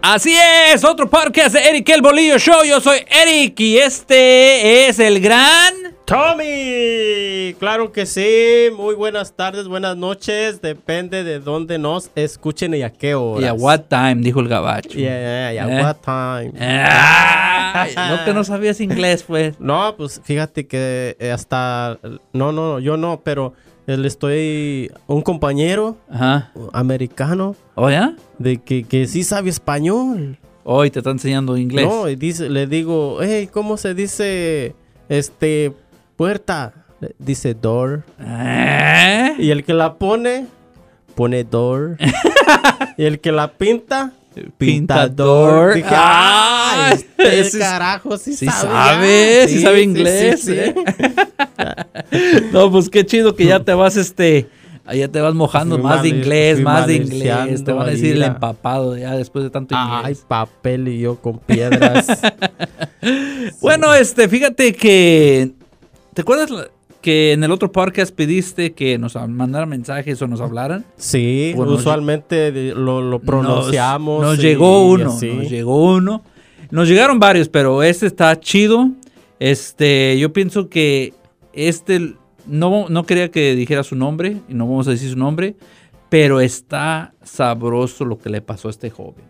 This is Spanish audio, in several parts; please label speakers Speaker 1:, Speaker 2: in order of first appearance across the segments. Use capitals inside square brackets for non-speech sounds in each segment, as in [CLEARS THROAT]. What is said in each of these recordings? Speaker 1: Así es, otro podcast de Eric El Bolillo Show. Yo soy Eric y este es el gran.
Speaker 2: Tommy, claro que sí. Muy buenas tardes, buenas noches. Depende de dónde nos escuchen y a qué
Speaker 1: Y
Speaker 2: hora.
Speaker 1: a what time, dijo el gabacho.
Speaker 2: Yeah, yeah,
Speaker 1: Eh.
Speaker 2: yeah, what time. [LAUGHS]
Speaker 1: Ay, no que no sabías inglés, pues.
Speaker 2: No, pues fíjate que eh, hasta. No, no, yo no, pero eh, le estoy. Un compañero
Speaker 1: Ajá.
Speaker 2: americano
Speaker 1: ¿Oh, ya?
Speaker 2: de que, que sí sabe español.
Speaker 1: Hoy te está enseñando inglés.
Speaker 2: No, y dice, le digo, hey, ¿cómo se dice este puerta? Le- Dice door.
Speaker 1: ¿Eh?
Speaker 2: Y el que la pone, pone
Speaker 1: [LAUGHS]
Speaker 2: door. y el que la pinta,
Speaker 1: Pintador.
Speaker 2: pintador. Dije,
Speaker 1: Ah,
Speaker 2: "Ay,
Speaker 1: ese
Speaker 2: este
Speaker 1: es-
Speaker 2: carajo, sí,
Speaker 1: Sí
Speaker 2: sabe.
Speaker 1: sabe,
Speaker 2: ah".
Speaker 1: sí sabe inglés, ¿eh? No, pues qué chido que ya te vas, este. Ya te vas mojando
Speaker 2: Fui
Speaker 1: más de
Speaker 2: mal-
Speaker 1: inglés,
Speaker 2: fui
Speaker 1: más de
Speaker 2: maliciando,
Speaker 1: inglés. Te van a decir el
Speaker 2: mira.
Speaker 1: empapado ya después de tanto
Speaker 2: [LAUGHS] Ay,
Speaker 1: inglés.
Speaker 2: papel y yo con piedras.
Speaker 1: [LAUGHS] Bueno, este, fíjate que. ¿Te acuerdas la- que en el otro podcast pediste que nos mandaran mensajes o nos hablaran?
Speaker 2: sí,
Speaker 1: Bueno,
Speaker 2: usualmente de- lo, lo
Speaker 1: Nos-
Speaker 2: pronunciamos.
Speaker 1: Nos,
Speaker 2: y-
Speaker 1: llegó
Speaker 2: y
Speaker 1: uno,
Speaker 2: así.
Speaker 1: nos llegó uno. Nos llegaron varios, pero este está chido. Este, yo pienso que este no, no quería que dijera su nombre, y no vamos a decir su nombre, pero está sabroso lo que le pasó a este joven.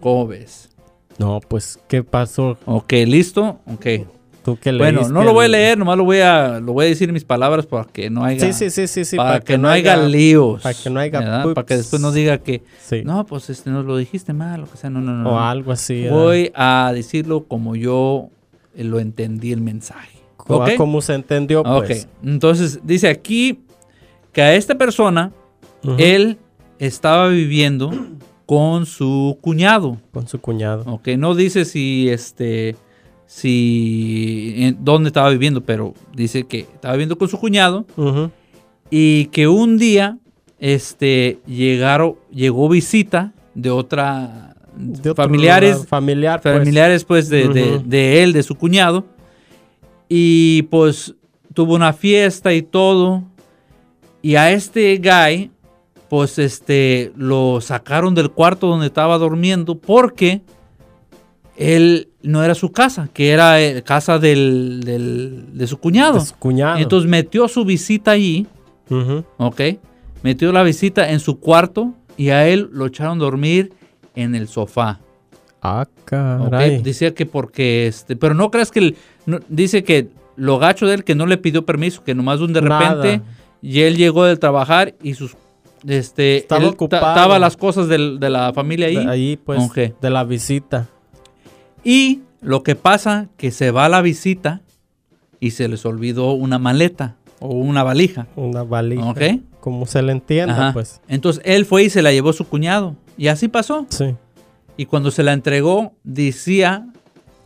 Speaker 1: ¿Cómo ves?
Speaker 2: No, pues, ¿qué pasó?
Speaker 1: Ok, listo. Ok.
Speaker 2: ¿Tú qué
Speaker 1: Bueno,
Speaker 2: leíste
Speaker 1: no lo voy a
Speaker 2: el-
Speaker 1: leer, nomás lo voy a, lo voy a decir en mis palabras para que no haya,
Speaker 2: Sí, sí, sí, sí, sí.
Speaker 1: para, que, no haya, líos.
Speaker 2: para que no haya
Speaker 1: ¿verdad? Para que
Speaker 2: pups.
Speaker 1: después no diga que,
Speaker 2: Sí.
Speaker 1: no, pues este, nos lo dijiste mal, o que sea, no, no, no.
Speaker 2: o
Speaker 1: no.
Speaker 2: algo así. ¿eh?
Speaker 1: Voy a decirlo como yo eh, lo entendí el mensaje.
Speaker 2: Co- ah,
Speaker 1: ¿ok?
Speaker 2: Como se entendió,
Speaker 1: Ok,
Speaker 2: pues.
Speaker 1: entonces dice aquí que a esta persona,
Speaker 2: Ujú.
Speaker 1: él estaba viviendo con su cuñado.
Speaker 2: Con su cuñado.
Speaker 1: Ok, no dice si este si en dónde estaba viviendo, pero dice que estaba viviendo con su cuñado
Speaker 2: Ujú.
Speaker 1: y que un día este llegaron llegó visita de otra
Speaker 2: De otro
Speaker 1: familiares
Speaker 2: lugar, familiar, pues.
Speaker 1: familiares pues de, de-
Speaker 2: Ujú.
Speaker 1: de él, de su cuñado y pues tuvo una fiesta y todo y a este guy pues este lo sacaron del cuarto donde estaba durmiendo porque él no era su casa, que era eh, casa del, del- de su cuñado.
Speaker 2: De su cuñado.
Speaker 1: Entonces metió su visita allí,
Speaker 2: Ujú.
Speaker 1: ¿ok? Metió la visita en su cuarto y a él lo echaron a dormir en el sofá.
Speaker 2: Ah,
Speaker 1: ¿ok?
Speaker 2: caray.
Speaker 1: Decía que porque, este, pero no creas que, el- no- dice que lo gacho de él que no le pidió permiso, que nomás de un de
Speaker 2: Nada.
Speaker 1: repente y él llegó de trabajar y sus, este,
Speaker 2: Estaba
Speaker 1: él ta-
Speaker 2: ocupado.
Speaker 1: estaba las cosas del- de la familia ahí.
Speaker 2: De ahí, pues,
Speaker 1: Ok.
Speaker 2: de la visita.
Speaker 1: Y lo que pasa que se va a la visita y se les olvidó una maleta o una valija.
Speaker 2: Una valija.
Speaker 1: ¿Ok?
Speaker 2: Como se le entienda,
Speaker 1: Ajá.
Speaker 2: pues.
Speaker 1: Entonces él fue y se la llevó su cuñado. Y así pasó.
Speaker 2: Sí.
Speaker 1: Y cuando se la entregó, decía,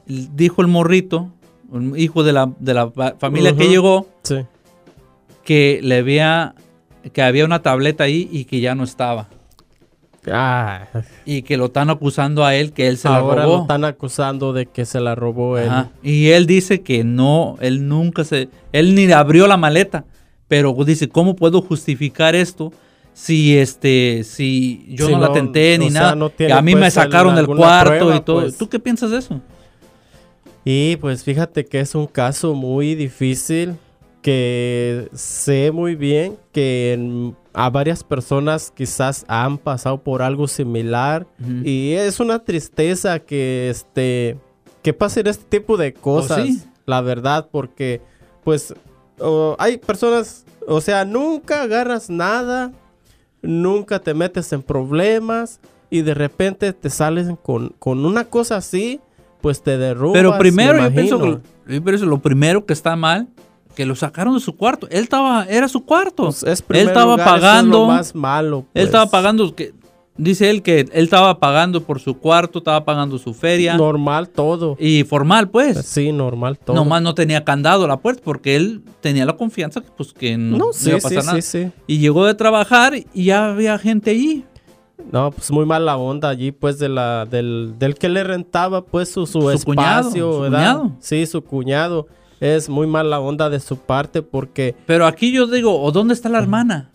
Speaker 1: dijo el morrito, un hijo de la, de la fa- familia que
Speaker 2: Ujú.
Speaker 1: llegó,
Speaker 2: Sí.
Speaker 1: que le había, que había una tableta ahí y que ya no estaba.
Speaker 2: Ah,
Speaker 1: Y que lo están acusando a él que él se
Speaker 2: ahora
Speaker 1: la
Speaker 2: lo
Speaker 1: robó.
Speaker 2: están acusando de que se la robó él.
Speaker 1: Ajá. Y él dice que no, él nunca se, él ni le abrió la maleta, pero dice, ¿cómo puedo justificar esto? Si este, si yo
Speaker 2: Si
Speaker 1: no, la
Speaker 2: no,
Speaker 1: tenté ni
Speaker 2: o sea,
Speaker 1: nada,
Speaker 2: no tiene,
Speaker 1: a mí me
Speaker 2: pues,
Speaker 1: sacaron del
Speaker 2: alguna
Speaker 1: cuarto
Speaker 2: prueba,
Speaker 1: y todo.
Speaker 2: pues.
Speaker 1: ¿Tú qué piensas de eso?
Speaker 2: Y pues fíjate que es un caso muy difícil que sé muy bien que en- a varias personas quizás han pasado por algo similar
Speaker 1: Ujú.
Speaker 2: y es una tristeza que este que pasen este tipo de cosas,
Speaker 1: Oh, sí.
Speaker 2: la verdad, porque pues o hay personas, o sea, nunca agarras nada, nunca te metes en problemas y de repente te sales con, con una cosa así, pues te derrumbas.
Speaker 1: Pero primero
Speaker 2: me
Speaker 1: yo pienso que
Speaker 2: imagino.
Speaker 1: lo, yo pienso lo primero que está mal, que lo sacaron de su cuarto. Él estaba, era su cuarto.
Speaker 2: Pues, es primer
Speaker 1: él estaba
Speaker 2: lugar, eso es lo
Speaker 1: pagando,
Speaker 2: más malo.
Speaker 1: él
Speaker 2: pues.
Speaker 1: estaba pagando, que, dice él que él estaba pagando por su cuarto, estaba pagando su feria.
Speaker 2: Normal todo.
Speaker 1: Y formal, pues.
Speaker 2: Sí, normal todo.
Speaker 1: Nomás no tenía candado la puerta porque él tenía la confianza que, pues, que no,
Speaker 2: no,
Speaker 1: no
Speaker 2: sí,
Speaker 1: iba a
Speaker 2: sí,
Speaker 1: pasar nada.
Speaker 2: sí, sí.
Speaker 1: Y llegó de trabajar y ya había gente ahí.
Speaker 2: No, pues muy mala onda allí, pues, de la, del, del que le rentaba, pues, su, su,
Speaker 1: Su cuñado,
Speaker 2: espacio,
Speaker 1: su
Speaker 2: ¿verdad?
Speaker 1: cuñado.
Speaker 2: Sí, su cuñado. Es muy mala onda de su parte porque
Speaker 1: Pero aquí yo digo, ¿o dónde está la hermana?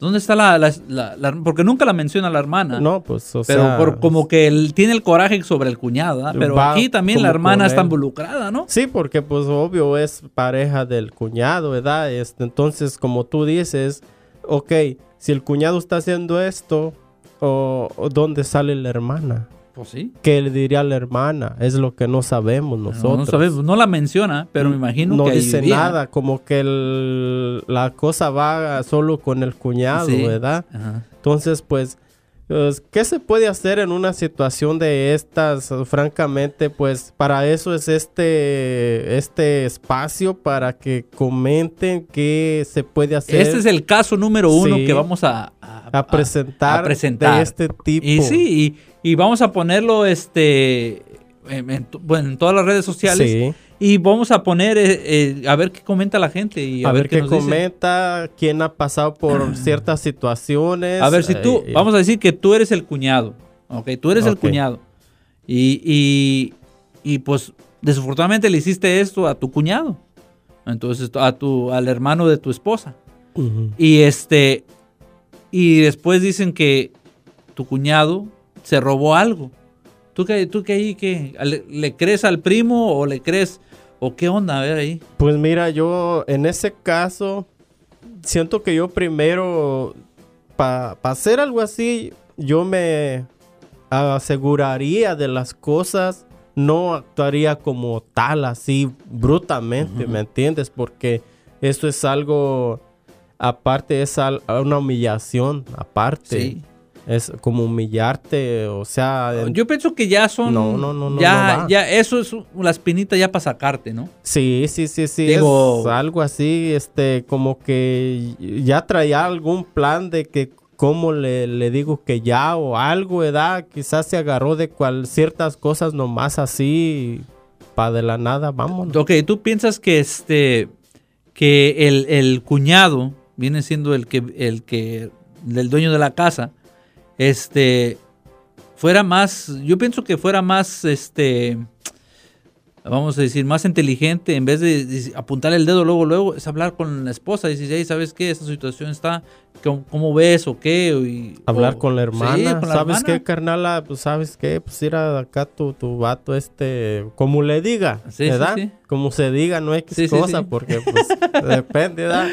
Speaker 1: ¿Dónde está la, la- la- la- Porque nunca la menciona la hermana.
Speaker 2: No, pues, o
Speaker 1: Pero
Speaker 2: sea,
Speaker 1: por- como que él tiene el coraje sobre el cuñado, ¿verdad? Pero
Speaker 2: Va
Speaker 1: aquí también la
Speaker 2: como
Speaker 1: hermana
Speaker 2: con
Speaker 1: está
Speaker 2: él.
Speaker 1: involucrada, ¿no?
Speaker 2: Sí, porque pues obvio es pareja del cuñado, ¿verdad? Este, entonces, como tú dices, ok, si el cuñado está haciendo esto, o, o ¿dónde sale la hermana?
Speaker 1: Pues sí.
Speaker 2: ¿Qué le diría la hermana? Es lo que no sabemos
Speaker 1: No,
Speaker 2: nosotros.
Speaker 1: no sabemos, no la menciona, pero me imagino
Speaker 2: Mm, No
Speaker 1: que ahí
Speaker 2: dice
Speaker 1: vivía.
Speaker 2: nada, como que el- la cosa va solo con el cuñado,
Speaker 1: Sí.
Speaker 2: ¿verdad?
Speaker 1: Ajá.
Speaker 2: Entonces, pues, pues, ¿qué se puede hacer en una situación de estas? Francamente, pues, para eso es este, este espacio, para que comenten qué se puede hacer
Speaker 1: Este es el caso número uno
Speaker 2: Sí.
Speaker 1: que vamos a, a-
Speaker 2: a, presentar
Speaker 1: a presentar.
Speaker 2: de este tipo.
Speaker 1: Y sí, y, y vamos a ponerlo este, en, en to- bueno, en todas las redes sociales.
Speaker 2: Sí.
Speaker 1: Y vamos a poner, eh, eh, a ver qué comenta la gente y
Speaker 2: a, ver, qué,
Speaker 1: nos dice.
Speaker 2: comenta, quién ha
Speaker 1: [CLEARS THROAT]
Speaker 2: pasado por ciertas situaciones.
Speaker 1: A ver si tú,
Speaker 2: Eh,
Speaker 1: vamos a decir que tú eres el cuñado, ¿ok? Tú eres el
Speaker 2: Ok.
Speaker 1: cuñado. Y, y, y, pues desafortunadamente le hiciste esto a tu cuñado. Entonces, a tu, al hermano de tu esposa.
Speaker 2: Ujú.
Speaker 1: Y este, y después dicen que tu cuñado se robó algo. ¿Tú qué, tú qué ahí, qué? ¿Le, le crees al primo o le crees, o qué onda? A ver ahí.
Speaker 2: Pues mira, yo en ese caso siento que yo primero para hacer algo así yo me aseguraría de las cosas, no actuaría como tal así brutamente, ¿me entiendes? Porque esto es algo aparte es al- una humillación aparte.
Speaker 1: Sí.
Speaker 2: Es como humillarte, o sea, en-
Speaker 1: Yo pienso que ya son.
Speaker 2: No, no, no, no,
Speaker 1: ya,
Speaker 2: no va.
Speaker 1: ya, eso es la espinita ya para sacarte, ¿no?
Speaker 2: Sí, sí, sí, sí.
Speaker 1: Digo-
Speaker 2: es algo así, este, como que ya traía algún plan de que cómo le, le digo que ya o algo, edad, quizás se agarró de cual ciertas cosas nomás así, pa de la nada, vámonos.
Speaker 1: Ok, tú piensas que este. Que el, el cuñado viene siendo el que. el que. del dueño de la casa. Este. Fuera más. Yo pienso que fuera más. Este. Vamos a decir, más inteligente, en vez de, de apuntar el dedo luego, luego, es hablar con la esposa y decir, "Ey, ¿sabes qué? Esta situación está, ¿cómo, cómo ves o qué? Y-
Speaker 2: Hablar
Speaker 1: o-
Speaker 2: con la
Speaker 1: Oh. Sí,
Speaker 2: hermana.
Speaker 1: con la
Speaker 2: ¿Sabes
Speaker 1: hermana.
Speaker 2: qué, carnala? Pues, ¿sabes qué? Pues, ir a acá tu, tu vato este... Como le diga,
Speaker 1: Sí, sí,
Speaker 2: ¿verdad?
Speaker 1: sí.
Speaker 2: Como se diga, no X
Speaker 1: Sí, sí,
Speaker 2: cosa,
Speaker 1: sí.
Speaker 2: porque,
Speaker 1: [LAUGHS]
Speaker 2: pues, depende, ¿verdad?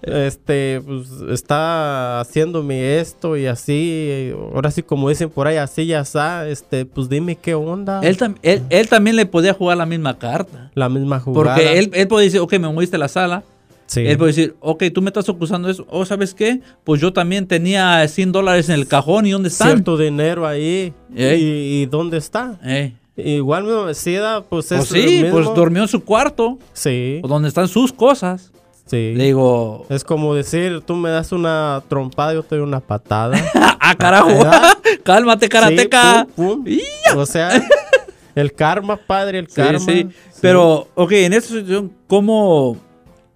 Speaker 2: Este, pues, está haciéndome esto y así. Ahora sí, como dicen por ahí, así ya está. Este, pues, dime qué onda.
Speaker 1: Él, tam- él- él también le podía jugar la misma carta.
Speaker 2: La misma jugada.
Speaker 1: Porque él, él puede decir, ok, me moviste a la sala.
Speaker 2: Sí.
Speaker 1: Él puede decir, ok, tú me estás acusando de eso. O, ¿sabes qué? Pues yo también tenía 100 dólares en el cajón. ¿Y dónde están?
Speaker 2: Cierto dinero ahí.
Speaker 1: Ey.
Speaker 2: ¿Y, y dónde está?
Speaker 1: Eh,
Speaker 2: Igual me decida, pues,
Speaker 1: Pues
Speaker 2: es lo
Speaker 1: sí,
Speaker 2: mismo.
Speaker 1: pues durmió en su cuarto.
Speaker 2: Sí,
Speaker 1: O donde están sus cosas.
Speaker 2: sí.
Speaker 1: Le digo,
Speaker 2: Es como decir, tú me das una trompada, yo te doy
Speaker 1: [LAUGHS]
Speaker 2: una patada.
Speaker 1: [LAUGHS] ah, carajo.
Speaker 2: ¿Verdad?
Speaker 1: [LAUGHS] Cálmate, karateca.
Speaker 2: Sí, pum, pum. O sea, el karma, padre, el
Speaker 1: Sí,
Speaker 2: karma.
Speaker 1: sí. Pero, ok, en esta situación, ¿cómo?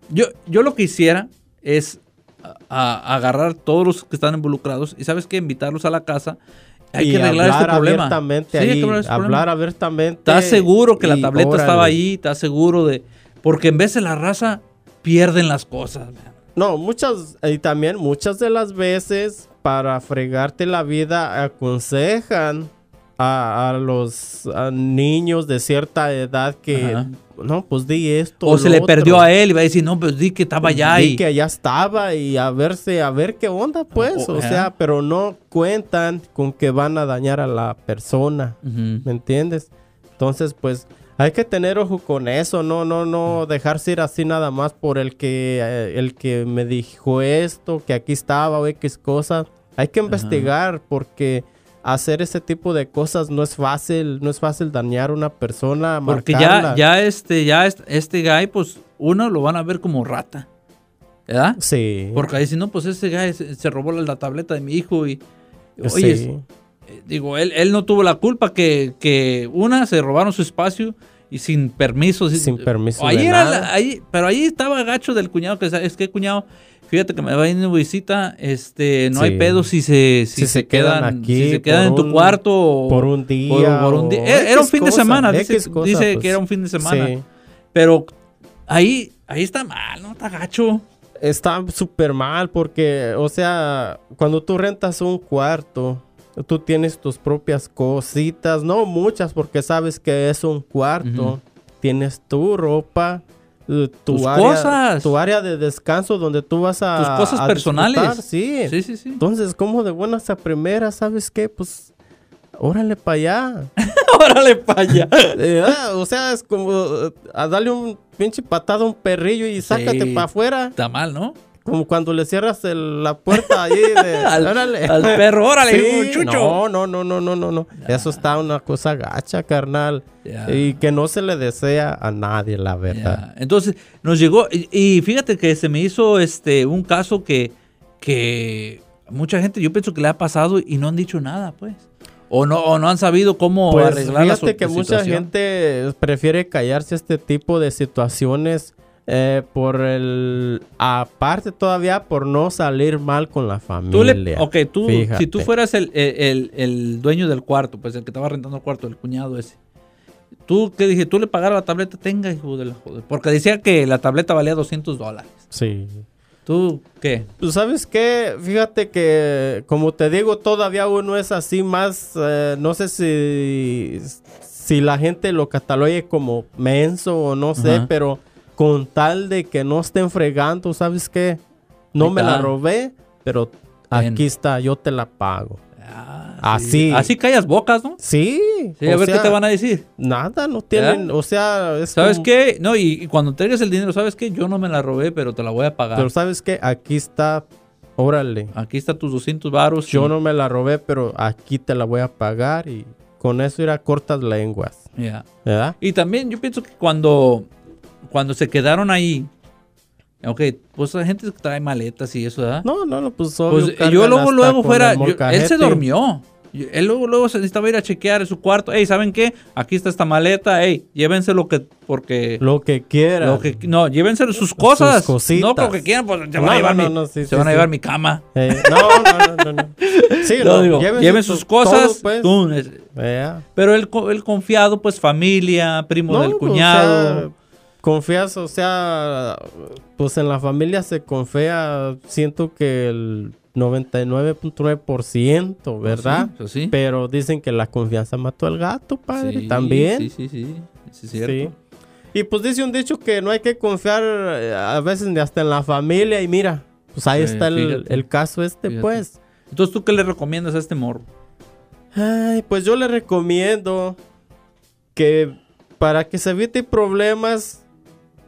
Speaker 1: Yo, yo lo que hiciera es a- a- agarrar todos los que están involucrados y, ¿sabes qué? Invitarlos a la casa. Hay
Speaker 2: Y
Speaker 1: que arreglar este problema.
Speaker 2: Abiertamente
Speaker 1: Sí, hay que
Speaker 2: ahí,
Speaker 1: arreglar este problema.
Speaker 2: hablar abiertamente.
Speaker 1: ¿Estás seguro que la
Speaker 2: y
Speaker 1: tableta estaba
Speaker 2: órale.
Speaker 1: ahí? ¿Estás seguro de...? Porque en vez de la raza, pierden las cosas. man.
Speaker 2: No, muchas, y también muchas de las veces para fregarte la vida aconsejan a, a los a niños de cierta edad que,
Speaker 1: Ajá.
Speaker 2: no, pues di esto.
Speaker 1: O se
Speaker 2: lo
Speaker 1: le perdió
Speaker 2: otro.
Speaker 1: a él y va a decir, no, pues di que estaba allá
Speaker 2: Vi
Speaker 1: y...
Speaker 2: que allá estaba y a verse, a ver qué onda, pues.
Speaker 1: o-
Speaker 2: o
Speaker 1: oh, ajá.
Speaker 2: sea, pero no cuentan con que van a dañar a la persona.
Speaker 1: Ujú.
Speaker 2: ¿Me entiendes? Entonces, pues, hay que tener ojo con eso, no, no, no
Speaker 1: Mm.
Speaker 2: dejarse ir así nada más por el que eh, el que me dijo esto, que aquí estaba o X cosa. Hay que investigar porque hacer ese tipo de cosas no es fácil, no es fácil dañar a una persona,
Speaker 1: Porque ya,
Speaker 2: marcarla.
Speaker 1: ya este, ya est- este guy, pues, uno lo van a ver como rata. ¿Verdad?
Speaker 2: Sí.
Speaker 1: Porque dicen, no, pues ese guy se, se robó la, la tableta de mi hijo y... Oye,
Speaker 2: sí.
Speaker 1: eh, digo, él, él no tuvo la culpa que, que, una, se robaron su espacio y sin permiso.
Speaker 2: Sin permiso
Speaker 1: Ahí
Speaker 2: de
Speaker 1: era
Speaker 2: nada.
Speaker 1: la- ahí- pero ahí estaba gacho del cuñado, que sa- es que cuñado, fíjate que me va a ir de visita, este, no hay
Speaker 2: Sí.
Speaker 1: pedo si se, si
Speaker 2: Si
Speaker 1: se,
Speaker 2: se
Speaker 1: quedan, si
Speaker 2: quedan aquí
Speaker 1: se quedan en
Speaker 2: por
Speaker 1: tu
Speaker 2: un-
Speaker 1: cuarto o-
Speaker 2: por un día
Speaker 1: por- por un
Speaker 2: o
Speaker 1: día. E, Era era un
Speaker 2: X
Speaker 1: fin de
Speaker 2: cosa,
Speaker 1: semana, dice,
Speaker 2: X cosa,
Speaker 1: dice
Speaker 2: pues.
Speaker 1: que era un fin de semana.
Speaker 2: Sí.
Speaker 1: Pero ahí, ahí está mal, no está gacho.
Speaker 2: está súper mal porque, o sea, cuando tú rentas un cuarto, tú tienes tus propias cositas, no muchas porque sabes que es un cuarto,
Speaker 1: Ujú.
Speaker 2: tienes tu ropa, eh, tu
Speaker 1: Tus
Speaker 2: área,
Speaker 1: cosas.
Speaker 2: tu área de descanso donde tú vas a
Speaker 1: Tus cosas
Speaker 2: a
Speaker 1: personales.
Speaker 2: disfrutar, Sí.
Speaker 1: Sí, sí, sí.
Speaker 2: Entonces, como de buenas a primeras, sabes qué, pues, órale para allá.
Speaker 1: [LAUGHS] Órale, pa' allá.
Speaker 2: Eh, ah, o sea, es como eh, a darle un pinche patada a un perrillo y sácate
Speaker 1: Sí.
Speaker 2: para afuera.
Speaker 1: Está mal, ¿no?
Speaker 2: Como cuando le cierras el- la puerta ahí
Speaker 1: [LAUGHS]
Speaker 2: de...
Speaker 1: Al,
Speaker 2: órale.
Speaker 1: al perro, órale,
Speaker 2: Sí,
Speaker 1: un chucho.
Speaker 2: No, no, no, no, no, no, no. Eso está una cosa gacha, carnal.
Speaker 1: Ya,
Speaker 2: Y que no se le desea a nadie, la
Speaker 1: ya.
Speaker 2: verdad.
Speaker 1: Entonces, nos llegó, y, y fíjate que se me hizo este un caso que, que mucha gente, yo pienso que le ha pasado y no han dicho nada, pues. O no, o no han sabido cómo
Speaker 2: Pues
Speaker 1: arreglar la su-
Speaker 2: fíjate que
Speaker 1: la
Speaker 2: mucha
Speaker 1: situación.
Speaker 2: gente prefiere callarse este tipo de situaciones eh, por el... Aparte todavía por no salir mal con la
Speaker 1: Tú le-
Speaker 2: familia.
Speaker 1: ok, tú, si tú
Speaker 2: Fíjate.
Speaker 1: fueras el, el- el- el dueño del cuarto, pues el que estaba rentando el cuarto, el cuñado ese. Tú, que dije? Tú le pagaras la tableta, tenga, hijo de la joder. Porque decía que la tableta valía 200 dólares.
Speaker 2: Sí.
Speaker 1: ¿Tú qué?
Speaker 2: Pues, ¿Sabes qué? Fíjate que, como te digo, todavía uno es así más, eh, no sé si, si la gente lo catalogue como menso o no sé,
Speaker 1: Ajá.
Speaker 2: pero con tal de que no estén fregando, ¿sabes qué? No
Speaker 1: Ahí
Speaker 2: me la
Speaker 1: está.
Speaker 2: robé, pero
Speaker 1: Ven.
Speaker 2: aquí está, yo te la pago.
Speaker 1: Ah,
Speaker 2: Así.
Speaker 1: sí. Así callas bocas, ¿no?
Speaker 2: Sí,
Speaker 1: Sí, a
Speaker 2: o
Speaker 1: ver
Speaker 2: sea,
Speaker 1: qué te van a decir.
Speaker 2: Nada, no tienen, o sea, es
Speaker 1: ¿Sabes
Speaker 2: como-
Speaker 1: qué? No, y, y cuando entregues el dinero, ¿sabes qué? Yo no me la robé, pero te la voy a pagar.
Speaker 2: Pero ¿sabes qué? Aquí está, órale.
Speaker 1: Aquí está tus 200 varos.
Speaker 2: Yo
Speaker 1: y-
Speaker 2: no me la robé, pero aquí te la voy a pagar y con eso ir a cortas lenguas,
Speaker 1: Ya.
Speaker 2: ¿verdad?
Speaker 1: Y también yo pienso que cuando, cuando se quedaron ahí, ok, pues la gente que trae maletas y eso, ¿verdad?
Speaker 2: No, no, no, pues obvio,
Speaker 1: pues eh, yo
Speaker 2: cargan
Speaker 1: luego,
Speaker 2: hasta
Speaker 1: luego
Speaker 2: con
Speaker 1: fuera,
Speaker 2: el
Speaker 1: yo- él
Speaker 2: molcajete.
Speaker 1: se durmió. Yo- Él luego, luego se necesitaba ir a chequear en su cuarto. Ey, ¿saben qué? Aquí está esta maleta. Ey, llévense lo que, porque...
Speaker 2: Lo que quiera.
Speaker 1: lo que- no, llévense sus cosas.
Speaker 2: cositas.
Speaker 1: no creo que quieran, pues se
Speaker 2: No,
Speaker 1: van a llevar,
Speaker 2: no,
Speaker 1: mi,
Speaker 2: no, sí,
Speaker 1: se
Speaker 2: sí,
Speaker 1: van a
Speaker 2: sí.
Speaker 1: llevar mi cama.
Speaker 2: Eh, no, no, no,
Speaker 1: [LAUGHS]
Speaker 2: no, no. Sí,
Speaker 1: No,
Speaker 2: no,
Speaker 1: digo,
Speaker 2: lleven
Speaker 1: lleven
Speaker 2: su-
Speaker 1: sus cosas.
Speaker 2: todo, pues.
Speaker 1: tú, es-
Speaker 2: Vea.
Speaker 1: pero él, co- él confiado, pues familia, primo
Speaker 2: No,
Speaker 1: del
Speaker 2: pues, o
Speaker 1: cuñado.
Speaker 2: sea, confías, o sea, pues en la familia se confía, siento que el 99.9%,
Speaker 1: Pues
Speaker 2: ¿verdad?
Speaker 1: sí, pues sí.
Speaker 2: Pero dicen que la confianza mató al gato, padre,
Speaker 1: Sí,
Speaker 2: también.
Speaker 1: Sí, sí, sí. Sí, es cierto.
Speaker 2: Sí. Y pues dice un dicho que no hay que confiar eh, a veces ni hasta en la familia. Y mira, pues ahí
Speaker 1: Sí,
Speaker 2: está el,
Speaker 1: fíjate.
Speaker 2: el caso este,
Speaker 1: Fíjate.
Speaker 2: pues.
Speaker 1: Entonces, ¿tú qué le recomiendas a este morro?
Speaker 2: Ay, pues yo le recomiendo que para que se evite problemas,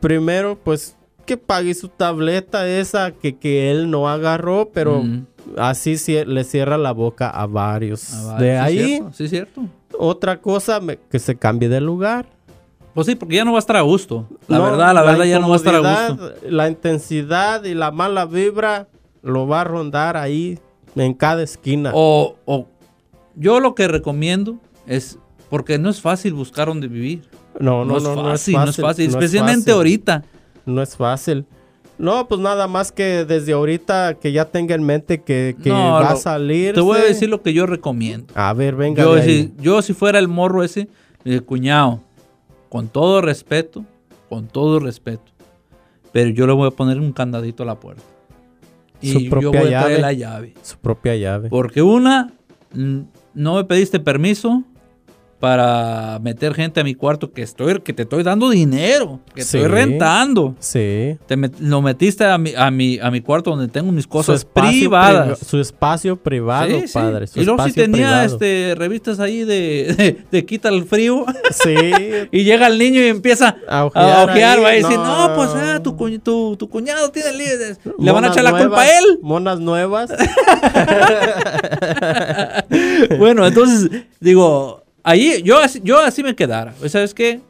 Speaker 2: primero, pues que pague su tableta esa que, que él no agarró, pero pues,
Speaker 1: Mm,
Speaker 2: así cie- le cierra la boca a varios.
Speaker 1: ah, vale, sí,
Speaker 2: De ahí,
Speaker 1: cierto, Sí, cierto.
Speaker 2: otra cosa, me- que se cambie de lugar.
Speaker 1: Pues sí, porque ya no va a estar a gusto. La
Speaker 2: No,
Speaker 1: verdad, la, verdad ya no va a estar a gusto.
Speaker 2: incomodidad, La intensidad y la mala vibra lo va a rondar ahí en cada esquina.
Speaker 1: O, o yo lo que recomiendo es, porque no es fácil buscar donde vivir. No,
Speaker 2: no, no,
Speaker 1: es,
Speaker 2: no,
Speaker 1: fácil,
Speaker 2: no es fácil,
Speaker 1: no es fácil,
Speaker 2: no es
Speaker 1: especialmente
Speaker 2: fácil,
Speaker 1: ahorita.
Speaker 2: No es fácil. No, pues nada más que desde ahorita que ya tenga en mente que, que
Speaker 1: No,
Speaker 2: va a
Speaker 1: lo-
Speaker 2: salir.
Speaker 1: Te voy a decir lo que yo recomiendo.
Speaker 2: A ver, venga.
Speaker 1: Yo
Speaker 2: de ahí.
Speaker 1: si, yo si fuera el morro ese, le digo, cuñado, con todo respeto, con todo respeto, pero yo le voy a poner un candadito a la puerta.
Speaker 2: Su
Speaker 1: Y yo
Speaker 2: propia
Speaker 1: voy a traer
Speaker 2: llave.
Speaker 1: la llave.
Speaker 2: Su propia llave.
Speaker 1: Porque una, mm, no me pediste permiso para meter gente a mi cuarto que estoy, que te estoy dando dinero, que
Speaker 2: Sí.
Speaker 1: estoy rentando.
Speaker 2: Sí.
Speaker 1: Te met- lo metiste a mi, a mi, a mi cuarto donde tengo mis
Speaker 2: Su
Speaker 1: cosas
Speaker 2: espacio
Speaker 1: privadas.
Speaker 2: priva- su espacio privado,
Speaker 1: Sí, sí.
Speaker 2: padre. su
Speaker 1: Y luego si
Speaker 2: espacio
Speaker 1: tenía
Speaker 2: privado.
Speaker 1: este, revistas ahí de, de, de quita el frío [LAUGHS]
Speaker 2: Sí.
Speaker 1: y llega el niño y empieza
Speaker 2: A
Speaker 1: este- [LAUGHS] a
Speaker 2: ojear
Speaker 1: ojear,
Speaker 2: ahí,
Speaker 1: va a decir,
Speaker 2: no.
Speaker 1: no, pues ah, tu, cuñ- tu, tu cuñado tiene líderes, le van a
Speaker 2: Monas
Speaker 1: echar la culpa a
Speaker 2: nuevas, [LAUGHS]
Speaker 1: él. [LAUGHS]
Speaker 2: Monas nuevas.
Speaker 1: Bueno, entonces, digo, ahí yo así, yo así me quedara. Pues, ¿Sabes qué?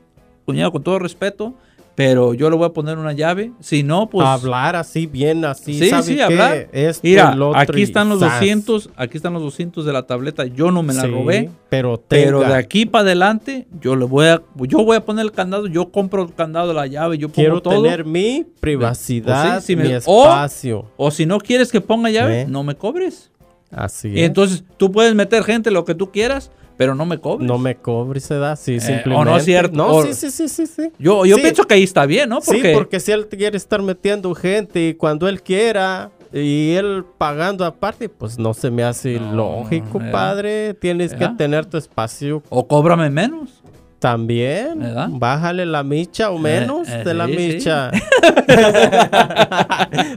Speaker 1: Cuñado, con todo respeto, pero yo le voy a poner una llave. Si no, pues.
Speaker 2: hablar así bien, así.
Speaker 1: Sí,
Speaker 2: ¿sabe
Speaker 1: sí,
Speaker 2: qué?
Speaker 1: hablar.
Speaker 2: Esto,
Speaker 1: Mira,
Speaker 2: el otro
Speaker 1: aquí
Speaker 2: y
Speaker 1: están los
Speaker 2: zas.
Speaker 1: 200, aquí están los 200 de la tableta. Yo no me la
Speaker 2: Sí,
Speaker 1: robé,
Speaker 2: Pero,
Speaker 1: pero
Speaker 2: tenga,
Speaker 1: de aquí para adelante yo le voy a yo voy a poner el candado, yo compro el candado, la llave, yo pongo
Speaker 2: quiero
Speaker 1: todo.
Speaker 2: tener mi privacidad,
Speaker 1: Pues sí, si
Speaker 2: mi
Speaker 1: me- o-
Speaker 2: espacio.
Speaker 1: O si no quieres que ponga llave,
Speaker 2: ¿Eh?
Speaker 1: no me cobres.
Speaker 2: Así
Speaker 1: Y
Speaker 2: es.
Speaker 1: entonces tú puedes meter gente lo que tú quieras, pero no me cobres.
Speaker 2: No me cobre se da, sí,
Speaker 1: Eh,
Speaker 2: simplemente.
Speaker 1: o no es cierto,
Speaker 2: No,
Speaker 1: o-
Speaker 2: sí, sí, sí, sí, sí.
Speaker 1: Yo, yo
Speaker 2: Sí.
Speaker 1: pienso que ahí está bien, ¿no?
Speaker 2: Sí, porque si él quiere estar metiendo gente y cuando él quiera y él pagando aparte, pues no se me hace
Speaker 1: No,
Speaker 2: lógico,
Speaker 1: ¿verdad?
Speaker 2: padre. Tienes
Speaker 1: ¿Verdad?
Speaker 2: que tener tu espacio
Speaker 1: O cóbrame menos.
Speaker 2: también.
Speaker 1: ¿Verdad?
Speaker 2: Bájale la micha o menos
Speaker 1: eh,
Speaker 2: de la
Speaker 1: sí, sí. [LAUGHS]
Speaker 2: micha.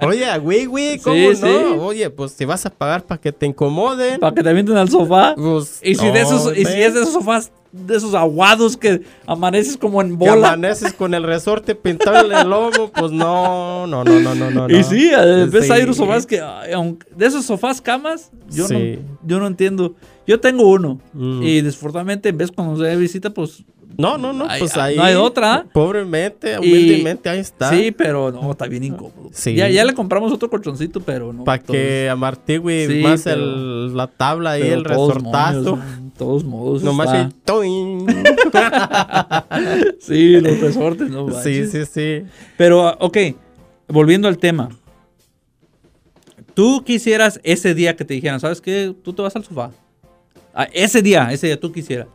Speaker 2: Oye, güey, güey, ¿cómo
Speaker 1: Sí,
Speaker 2: no?
Speaker 1: sí.
Speaker 2: Oye, pues si vas a pagar para que te incomoden.
Speaker 1: Para que te avienten al sofá.
Speaker 2: pues,
Speaker 1: Y si, de
Speaker 2: no,
Speaker 1: esos, y si
Speaker 2: men.
Speaker 1: es de esos sofás, de esos aguados que amaneces como en
Speaker 2: que
Speaker 1: bola.
Speaker 2: amaneces con el resorte pintado en el lomo, pues no, no, no, no, no, no.
Speaker 1: Y
Speaker 2: no.
Speaker 1: sí, eh, ves hay
Speaker 2: Sí.
Speaker 1: unos sofás que, ay, aunque- de esos sofás camas, yo,
Speaker 2: Sí.
Speaker 1: no, yo no entiendo. Yo tengo uno
Speaker 2: Mm.
Speaker 1: y desfortunadamente en vez cuando se visita, pues
Speaker 2: No, no, no,
Speaker 1: Ay,
Speaker 2: pues
Speaker 1: ah,
Speaker 2: ahí.
Speaker 1: no hay otra.
Speaker 2: Pobremente,
Speaker 1: Y-
Speaker 2: humildemente, ahí está.
Speaker 1: sí, pero no, está bien incómodo.
Speaker 2: Sí.
Speaker 1: Ya, ya le compramos otro colchoncito, pero no.
Speaker 2: Para que amartigüe
Speaker 1: Sí,
Speaker 2: más
Speaker 1: pero-
Speaker 2: el, la tabla y
Speaker 1: Pero
Speaker 2: el
Speaker 1: de todos
Speaker 2: resortazo.
Speaker 1: modos, de todos modos.
Speaker 2: Nomás
Speaker 1: está-
Speaker 2: ahí, toin.
Speaker 1: [LAUGHS] Sí, los resortes, no
Speaker 2: [LAUGHS] Sí,
Speaker 1: manches.
Speaker 2: sí, sí.
Speaker 1: Pero, ah, ok, volviendo al tema. Tú quisieras ese día que te dijeran, ¿sabes qué? Tú te vas al sofá. Ah, ese día, ese día tú quisieras.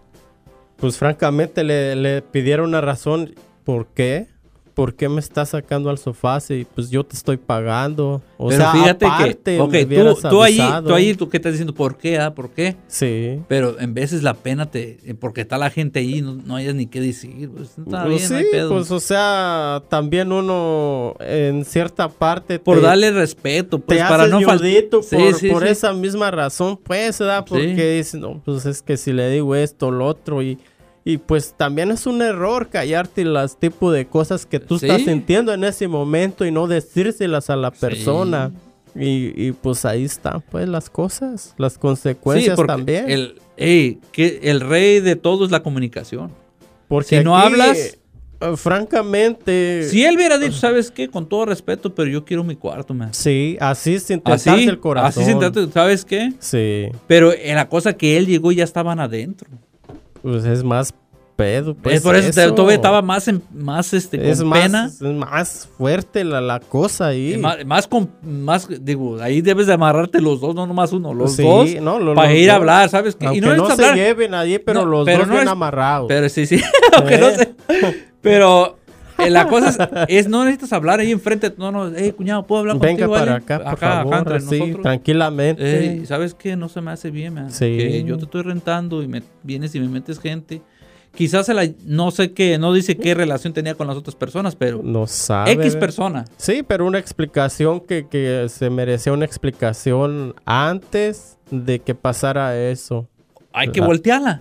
Speaker 2: Pues francamente le, le pidieron una razón. ¿Por qué? ¿Por qué me estás sacando al sofá si pues yo te estoy pagando? O
Speaker 1: Pero
Speaker 2: sea,
Speaker 1: fíjate
Speaker 2: aparte,
Speaker 1: que,
Speaker 2: me
Speaker 1: ok,
Speaker 2: hubieras
Speaker 1: tú, tú ahí,
Speaker 2: avisado.
Speaker 1: tú ahí, tú qué estás diciendo, ¿por qué? ah? ¿Por qué?
Speaker 2: Sí.
Speaker 1: Pero en veces la pena te, eh, porque está la gente ahí, no, no hayas ni qué decir. Pues, está
Speaker 2: Pues
Speaker 1: bien, no hay
Speaker 2: sí,
Speaker 1: pedo.
Speaker 2: pues o sea, también uno en cierta parte
Speaker 1: por
Speaker 2: te-
Speaker 1: darle respeto,
Speaker 2: te
Speaker 1: pues para
Speaker 2: haces
Speaker 1: no fal-
Speaker 2: viudito
Speaker 1: Sí,
Speaker 2: por,
Speaker 1: sí,
Speaker 2: por
Speaker 1: sí.
Speaker 2: esa misma razón, pues, ¿verdad?
Speaker 1: Sí.
Speaker 2: Porque dicen, no, pues es que si le digo esto, lo otro, y, y pues también es un error callarte las tipo de cosas que tú
Speaker 1: Sí.
Speaker 2: estás sintiendo en ese momento y no decírselas a la persona. Y, y, pues ahí están, pues, las cosas, las consecuencias
Speaker 1: porque
Speaker 2: también.
Speaker 1: El, ey, que el rey de todo es la comunicación.
Speaker 2: porque
Speaker 1: si no hablas-
Speaker 2: eh, francamente...
Speaker 1: Si él hubiera dicho, ¿sabes qué? Con todo respeto, pero yo quiero mi cuarto, man.
Speaker 2: Sí, así sin tentarse
Speaker 1: Así,
Speaker 2: el corazón.
Speaker 1: así sin tanto, ¿sabes qué?
Speaker 2: Sí,
Speaker 1: Pero eh, la cosa que él llegó ya estaban adentro.
Speaker 2: pues es más pedo. Pues
Speaker 1: es por eso, te- todavía estaba
Speaker 2: eso.
Speaker 1: más, en- más este, con
Speaker 2: es más,
Speaker 1: pena.
Speaker 2: es más fuerte la, la cosa ahí.
Speaker 1: eh, Más, más con, más, digo, ahí debes de amarrarte los dos, no nomás uno, los
Speaker 2: Sí,
Speaker 1: dos.
Speaker 2: no, lo-
Speaker 1: para
Speaker 2: los
Speaker 1: ir a
Speaker 2: dos.
Speaker 1: hablar, ¿sabes qué?
Speaker 2: Aunque
Speaker 1: Y
Speaker 2: no,
Speaker 1: no, necesitas
Speaker 2: se
Speaker 1: hablar.
Speaker 2: lleven allí, pero
Speaker 1: No,
Speaker 2: los
Speaker 1: pero
Speaker 2: dos
Speaker 1: no
Speaker 2: bien
Speaker 1: es-
Speaker 2: amarrados.
Speaker 1: Pero [LAUGHS] sí, sí. aunque no
Speaker 2: Eh.
Speaker 1: sé. Pero eh, la cosa es, es no necesitas hablar ahí enfrente. No, no, hey, cuñado, ¿puedo hablar
Speaker 2: Venga
Speaker 1: contigo?
Speaker 2: para
Speaker 1: Ale?
Speaker 2: acá, por favor,
Speaker 1: acá entre
Speaker 2: así,
Speaker 1: nosotros.
Speaker 2: tranquilamente.
Speaker 1: Ey, ¿Sabes qué? No se me hace bien, man.
Speaker 2: Sí.
Speaker 1: Que yo te estoy rentando y me vienes y me metes gente. Quizás se la, no sé qué, no dice qué relación tenía con las otras personas, pero
Speaker 2: no sabe.
Speaker 1: X
Speaker 2: ¿ve?
Speaker 1: persona.
Speaker 2: Sí, pero una explicación que, que se merecía una explicación antes de que pasara eso.
Speaker 1: Hay que
Speaker 2: Ajá.
Speaker 1: voltearla.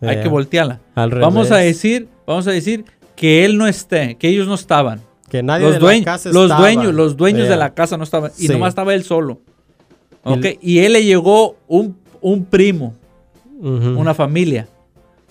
Speaker 1: Hay
Speaker 2: ah. Eh,
Speaker 1: que voltearla.
Speaker 2: Al revés.
Speaker 1: Vamos a decir, vamos a decir que él no esté, que ellos no estaban.
Speaker 2: que nadie
Speaker 1: los,
Speaker 2: de
Speaker 1: dueños,
Speaker 2: la casa
Speaker 1: los
Speaker 2: estaba.
Speaker 1: dueños, los dueños
Speaker 2: Eh,
Speaker 1: de la casa no estaban. Y
Speaker 2: Sí.
Speaker 1: nomás estaba él solo.
Speaker 2: Y
Speaker 1: ¿Ok?
Speaker 2: el-
Speaker 1: Y él le llegó un, un primo,
Speaker 2: ujú.
Speaker 1: una familia.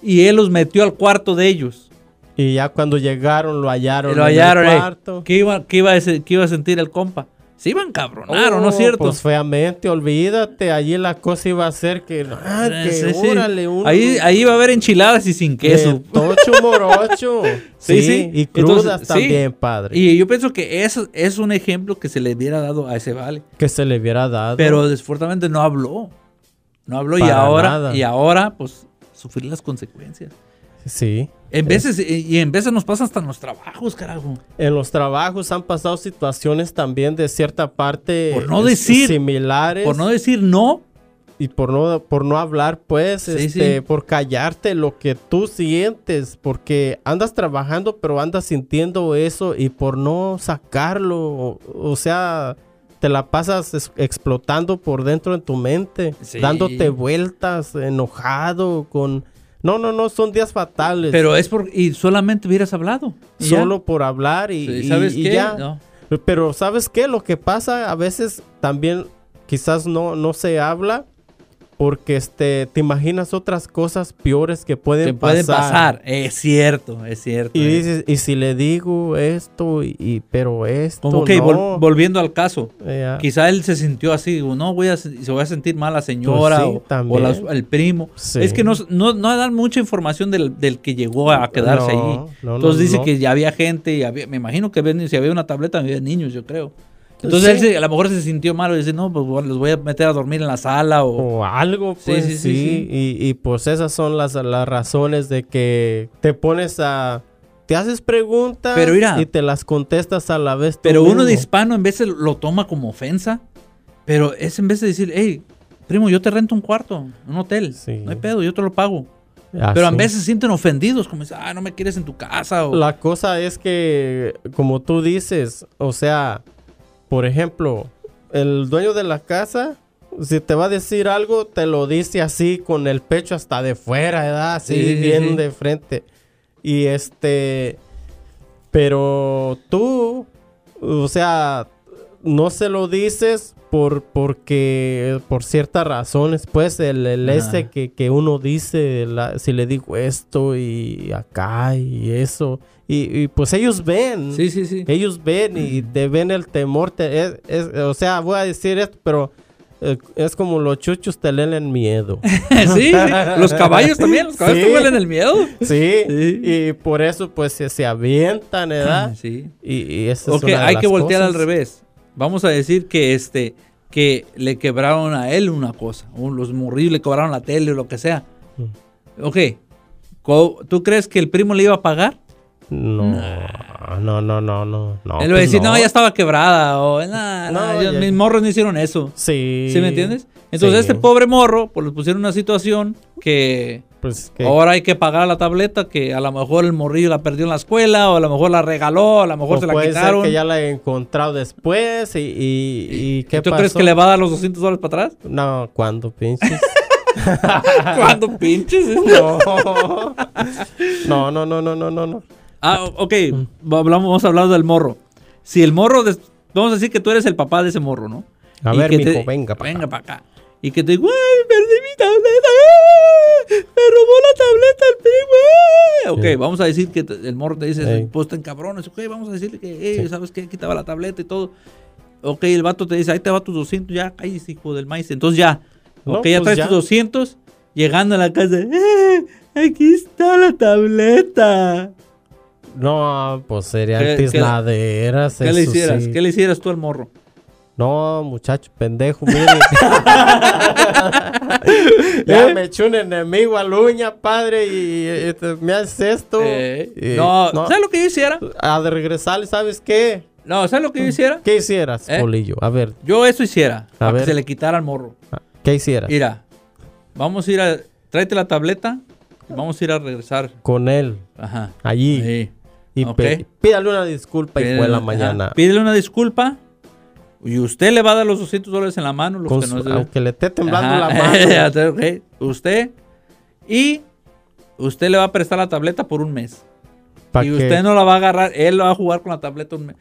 Speaker 1: Y él los metió al cuarto de ellos.
Speaker 2: Y ya cuando llegaron lo hallaron.
Speaker 1: Y lo
Speaker 2: en el
Speaker 1: hallaron, eh.
Speaker 2: cuarto.
Speaker 1: ¿Qué iba, qué iba a, se- qué iba a sentir el compa? Se iban cabronaron, ¿no es
Speaker 2: Oh,
Speaker 1: cierto?
Speaker 2: Pues feamente, olvídate. Allí la cosa iba a ser que. Ah,
Speaker 1: Eh,
Speaker 2: que
Speaker 1: sí, sí.
Speaker 2: órale, uno.
Speaker 1: ahí, ahí iba a haber enchiladas y sin
Speaker 2: de
Speaker 1: queso.
Speaker 2: Tocho morocho.
Speaker 1: [LAUGHS] Sí,
Speaker 2: sí,
Speaker 1: sí.
Speaker 2: Y crudas
Speaker 1: Entonces, sí.
Speaker 2: también, padre.
Speaker 1: Y yo pienso que eso es un ejemplo que se le hubiera dado a ese vale.
Speaker 2: Que se le hubiera dado.
Speaker 1: Pero desafortunadamente no habló. No habló y
Speaker 2: Para
Speaker 1: ahora,
Speaker 2: nada.
Speaker 1: y ahora, pues, sufrir las consecuencias.
Speaker 2: Sí.
Speaker 1: En veces, y en veces nos pasa hasta en los trabajos, carajo.
Speaker 2: En los trabajos han pasado situaciones también de cierta parte.
Speaker 1: Por no
Speaker 2: eh,
Speaker 1: decir.
Speaker 2: Similares.
Speaker 1: Por no decir no,
Speaker 2: Y por no, por no hablar, pues,
Speaker 1: Sí,
Speaker 2: este,
Speaker 1: sí.
Speaker 2: por callarte lo que tú sientes, porque andas trabajando, pero andas sintiendo eso y por no sacarlo, o, o sea, te la pasas es- explotando por dentro en tu mente,
Speaker 1: Sí.
Speaker 2: dándote vueltas, enojado, con... No, no, no, son días fatales.
Speaker 1: pero es porque y solamente hubieras hablado. Y ya.
Speaker 2: solo por hablar y,
Speaker 1: Sí,
Speaker 2: y-
Speaker 1: ¿Sabes
Speaker 2: y
Speaker 1: qué?
Speaker 2: ya.
Speaker 1: No.
Speaker 2: Pero ¿sabes qué? Lo que pasa a veces también quizás no, no se habla porque este, te imaginas otras cosas peores que pueden,
Speaker 1: Te pueden
Speaker 2: pasar.
Speaker 1: pasar. Es cierto, es cierto.
Speaker 2: Y
Speaker 1: es.
Speaker 2: dices, y si le digo esto, y, y- pero esto
Speaker 1: Como que
Speaker 2: no.
Speaker 1: vol- volviendo al caso,
Speaker 2: Eh,
Speaker 1: quizá él se sintió así, o no, voy a, se se voy a sentir mal la señora
Speaker 2: Pues sí,
Speaker 1: o- o,
Speaker 2: también.
Speaker 1: la- el primo.
Speaker 2: Sí.
Speaker 1: Es que no, no, no dan mucha información del, del que llegó a quedarse
Speaker 2: No,
Speaker 1: ahí.
Speaker 2: no, no,
Speaker 1: Entonces dice
Speaker 2: no.
Speaker 1: que ya había gente, y había- me imagino que ven- si había una tableta, había niños, yo creo. Entonces
Speaker 2: Pues Sí.
Speaker 1: él se- a lo mejor se sintió malo y dice, no, pues bueno, los voy a meter a dormir en la sala o...
Speaker 2: O algo,
Speaker 1: Sí,
Speaker 2: pues sí.
Speaker 1: sí, sí, sí.
Speaker 2: Y, y, pues esas son las, las razones de que te pones a... Te haces preguntas
Speaker 1: Pero mira.
Speaker 2: y te las contestas a la vez. tú
Speaker 1: pero uno de
Speaker 2: mismo.
Speaker 1: hispano en vez de lo toma como ofensa, pero es en vez de decir, hey, primo, yo te rento un cuarto, un hotel,
Speaker 2: Sí.
Speaker 1: no hay pedo, yo te lo pago.
Speaker 2: Ah,
Speaker 1: Pero a
Speaker 2: sí.
Speaker 1: veces se sienten ofendidos, como dicen, ah, no me quieres en tu casa. O,
Speaker 2: La cosa es que, como tú dices, o sea, por ejemplo, el dueño de la casa, si te va a decir algo, te lo dice así, con el pecho hasta de fuera, ¿verdad? Así,
Speaker 1: Sí, sí,
Speaker 2: bien
Speaker 1: sí.
Speaker 2: de frente. Y este. Pero tú, o sea, no se lo dices por porque por ciertas razones, pues el, el
Speaker 1: Ajá.
Speaker 2: ese que, que uno dice, la- si le digo esto y acá y eso, y, y, pues ellos ven,
Speaker 1: sí, sí, sí.
Speaker 2: ellos ven y te ven el temor, te- es- es- o sea, voy a decir esto, pero eh, es como los chuchos te leen
Speaker 1: [LAUGHS]
Speaker 2: el miedo.
Speaker 1: [LAUGHS] sí, sí. los caballos también, los caballos
Speaker 2: Sí.
Speaker 1: te huelen el miedo.
Speaker 2: Sí,
Speaker 1: Sí.
Speaker 2: y por eso pues se, se avientan, ¿verdad?
Speaker 1: Sí.
Speaker 2: Y, y esa es
Speaker 1: Ok,
Speaker 2: una de
Speaker 1: hay
Speaker 2: las
Speaker 1: que voltear al
Speaker 2: cosas.
Speaker 1: revés. Vamos a decir que este que le quebraron a él una cosa, o los morrillos le cobraron la tele o lo que sea.
Speaker 2: Mm.
Speaker 1: Ok, co- ¿tú crees que el primo le iba a pagar?
Speaker 2: No, no, no, no, no.
Speaker 1: él
Speaker 2: no
Speaker 1: va a
Speaker 2: pues
Speaker 1: decir, no. ya estaba quebrada, o "Nah, nah,
Speaker 2: No,
Speaker 1: ellos-
Speaker 2: ya-
Speaker 1: mis morros no hicieron eso.
Speaker 2: Sí.
Speaker 1: ¿Sí me entiendes? Entonces
Speaker 2: Sí.
Speaker 1: este pobre morro, pues le pusieron una situación que
Speaker 2: Pues que
Speaker 1: ahora hay que pagar la tableta, que a lo mejor el morrillo la perdió en la escuela, o a lo mejor la regaló, a lo mejor
Speaker 2: o
Speaker 1: se la
Speaker 2: puede
Speaker 1: quitaron.
Speaker 2: ser que ya la he encontrado después y, y, y ¿qué
Speaker 1: ¿Tú
Speaker 2: pasó?
Speaker 1: crees que le va a dar los 200 dólares para atrás?
Speaker 2: No, cuando
Speaker 1: [LAUGHS]
Speaker 2: pinches.
Speaker 1: ¿Cuándo pinches?
Speaker 2: [LAUGHS] no. no, no, no, no, no, no, no.
Speaker 1: Ah, o- ok. Va- Hablamos, vamos a hablar del morro. Si el morro, des- vamos a decir que tú eres el papá de ese morro, ¿no?
Speaker 2: A
Speaker 1: Y
Speaker 2: ver,
Speaker 1: que
Speaker 2: mijo,
Speaker 1: te-
Speaker 2: venga pa'
Speaker 1: venga
Speaker 2: acá.
Speaker 1: para acá. Y que te digo, ¡ay, perdí mi tableta! ¡ay! ¡Me robó la tableta el primo! ¡ay!". Ok,
Speaker 2: Sí.
Speaker 1: vamos a decir que te- el morro te dice,
Speaker 2: Ey.
Speaker 1: pues en cabrones, ok, vamos a decirle que, "Ey,
Speaker 2: Sí.
Speaker 1: ¿sabes qué? Quitaba la tableta y todo. Ok, el vato te dice, ahí te va tus 200, ya, cállese, hijo del maíz. Entonces ya,
Speaker 2: No,
Speaker 1: ok, ya
Speaker 2: pues
Speaker 1: traes
Speaker 2: ya.
Speaker 1: tus 200, llegando a la casa, "Eh, aquí está la tableta.
Speaker 2: No, pues sería
Speaker 1: ¿Qué- qué-
Speaker 2: tiznaderas.
Speaker 1: ¿Qué le
Speaker 2: eso
Speaker 1: hicieras?
Speaker 2: sí.
Speaker 1: ¿Qué le hicieras tú al morro?
Speaker 2: No, muchacho,
Speaker 1: [LAUGHS]
Speaker 2: pendejo, mire.
Speaker 1: ¿Eh?
Speaker 2: ya me echó un enemigo a Luña, padre, y, y te- me haces esto.
Speaker 1: Eh,
Speaker 2: Y-
Speaker 1: no, ¿sabes lo que yo hiciera?
Speaker 2: A de regresar, ¿sabes qué?
Speaker 1: No, ¿sabes lo que yo hiciera?
Speaker 2: ¿Qué hicieras,
Speaker 1: ¿Eh?
Speaker 2: Polillo? A ver,
Speaker 1: Yo eso hiciera, para
Speaker 2: ver.
Speaker 1: que se le quitara al morro.
Speaker 2: ¿qué hicieras?
Speaker 1: Mira, vamos a ir a... Tráete la tableta y vamos a ir a regresar.
Speaker 2: Con él,
Speaker 1: Ajá.
Speaker 2: allí.
Speaker 1: Sí.
Speaker 2: Y
Speaker 1: ok.
Speaker 2: pe- pídale una disculpa y fue la
Speaker 1: Ajá.
Speaker 2: mañana.
Speaker 1: Pídele una disculpa y usted le va a dar los 200 dólares en la mano. Los
Speaker 2: Con
Speaker 1: que no
Speaker 2: su-
Speaker 1: se-
Speaker 2: aunque le esté
Speaker 1: [LAUGHS]
Speaker 2: temblando
Speaker 1: Ajá.
Speaker 2: la mano.
Speaker 1: Ok. Usted y usted le va a prestar la tableta por un mes.
Speaker 2: Para
Speaker 1: y
Speaker 2: que,
Speaker 1: usted no la va a agarrar, él la va a jugar con la tableta un mes.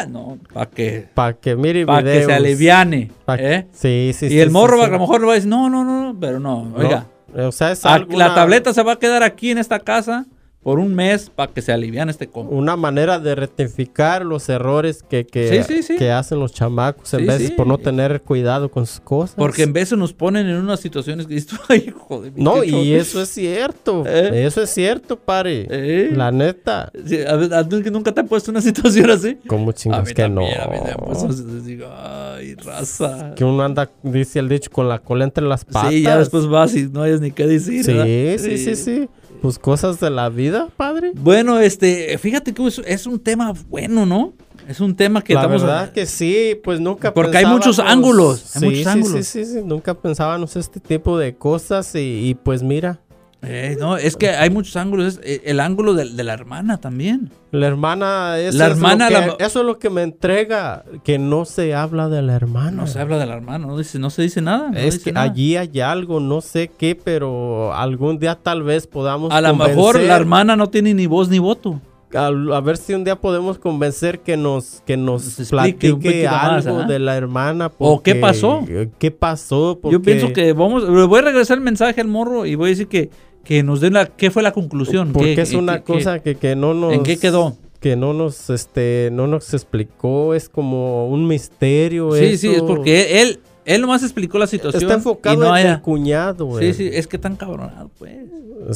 Speaker 1: Ah, no, para que,
Speaker 2: pa' que mire
Speaker 1: pa' que
Speaker 2: videos,
Speaker 1: se aliviane.
Speaker 2: pa' que-
Speaker 1: ¿eh?
Speaker 2: Sí, sí,
Speaker 1: y
Speaker 2: sí,
Speaker 1: el
Speaker 2: sí,
Speaker 1: morro
Speaker 2: sí.
Speaker 1: a lo mejor le va a decir, no, no, no, no, pero no,
Speaker 2: No,
Speaker 1: oiga,
Speaker 2: O sea, es
Speaker 1: a-
Speaker 2: alguna-
Speaker 1: la tableta se va a quedar aquí en esta casa por un mes para que se aliviane este combo.
Speaker 2: Una manera de rectificar los errores que, que,
Speaker 1: Sí, sí, sí.
Speaker 2: que hacen los chamacos en
Speaker 1: Sí,
Speaker 2: veces
Speaker 1: sí.
Speaker 2: por no tener cuidado con sus cosas.
Speaker 1: Porque en veces nos ponen en unas situaciones que dices, [LAUGHS] ay, joder.
Speaker 2: No,
Speaker 1: qué
Speaker 2: y
Speaker 1: chorro".
Speaker 2: eso es cierto.
Speaker 1: ¿Eh?
Speaker 2: Eso es cierto, pare.
Speaker 1: ¿Eh?
Speaker 2: La neta.
Speaker 1: Sí, a ver, ¿a ti que nunca te han puesto una [LAUGHS] situación así?
Speaker 2: Como
Speaker 1: A
Speaker 2: chingas
Speaker 1: mí
Speaker 2: que
Speaker 1: también, pues, a mí me han puesto
Speaker 2: no.
Speaker 1: una situación, digo, ay, raza.
Speaker 2: Que uno anda, dice el dicho, con la cola entre las patas.
Speaker 1: Sí, ya después vas y no hayas ni qué decir. ¿verdad?
Speaker 2: Sí, sí, sí, sí. Pues cosas de la vida, padre.
Speaker 1: Bueno, este, fíjate que es, es un tema bueno, ¿no? Es un tema que
Speaker 2: la
Speaker 1: estamos.
Speaker 2: verdad que sí, pues nunca
Speaker 1: Porque hay muchos
Speaker 2: pensábamos-
Speaker 1: ángulos, hay
Speaker 2: Sí,
Speaker 1: muchos
Speaker 2: sí,
Speaker 1: ángulos.
Speaker 2: Sí, sí, sí, Nunca pensábamos este tipo de cosas y, y pues mira,
Speaker 1: Eh, no, es que hay muchos ángulos. es, eh, el ángulo del- de, la hermana también.
Speaker 2: la hermana, eso,
Speaker 1: La
Speaker 2: es
Speaker 1: hermana,
Speaker 2: lo que,
Speaker 1: la-
Speaker 2: eso es lo que me entrega, que no se habla de la hermana.
Speaker 1: No se habla de la hermana, no, dice, no se dice nada. no
Speaker 2: es
Speaker 1: dice
Speaker 2: que
Speaker 1: nada.
Speaker 2: allí hay algo, no sé qué, pero algún día tal vez podamos
Speaker 1: A lo mejor
Speaker 2: convencer-
Speaker 1: la hermana no tiene ni voz ni voto.
Speaker 2: a, a ver si un día podemos convencer que nos que nos
Speaker 1: Nos explique un
Speaker 2: platique
Speaker 1: poquito más,
Speaker 2: algo
Speaker 1: ajá.
Speaker 2: de la hermana
Speaker 1: ¿O qué
Speaker 2: porque-
Speaker 1: pasó?
Speaker 2: qué pasó
Speaker 1: Yo pienso que vamos. Le voy a regresar el mensaje al morro y voy a decir que, que nos den la. ¿Qué fue la conclusión?
Speaker 2: porque
Speaker 1: ¿Qué-
Speaker 2: es
Speaker 1: qué-
Speaker 2: una
Speaker 1: qué-
Speaker 2: cosa que, que no nos
Speaker 1: ¿En qué quedó?
Speaker 2: que no nos este no nos explicó es como un misterio
Speaker 1: Sí, sí,
Speaker 2: eso.
Speaker 1: es porque él, él nomás explicó la situación.
Speaker 2: está enfocado
Speaker 1: y no
Speaker 2: en
Speaker 1: haya-
Speaker 2: el cuñado
Speaker 1: Sí,
Speaker 2: el-
Speaker 1: sí, es que tan cabronado, pues.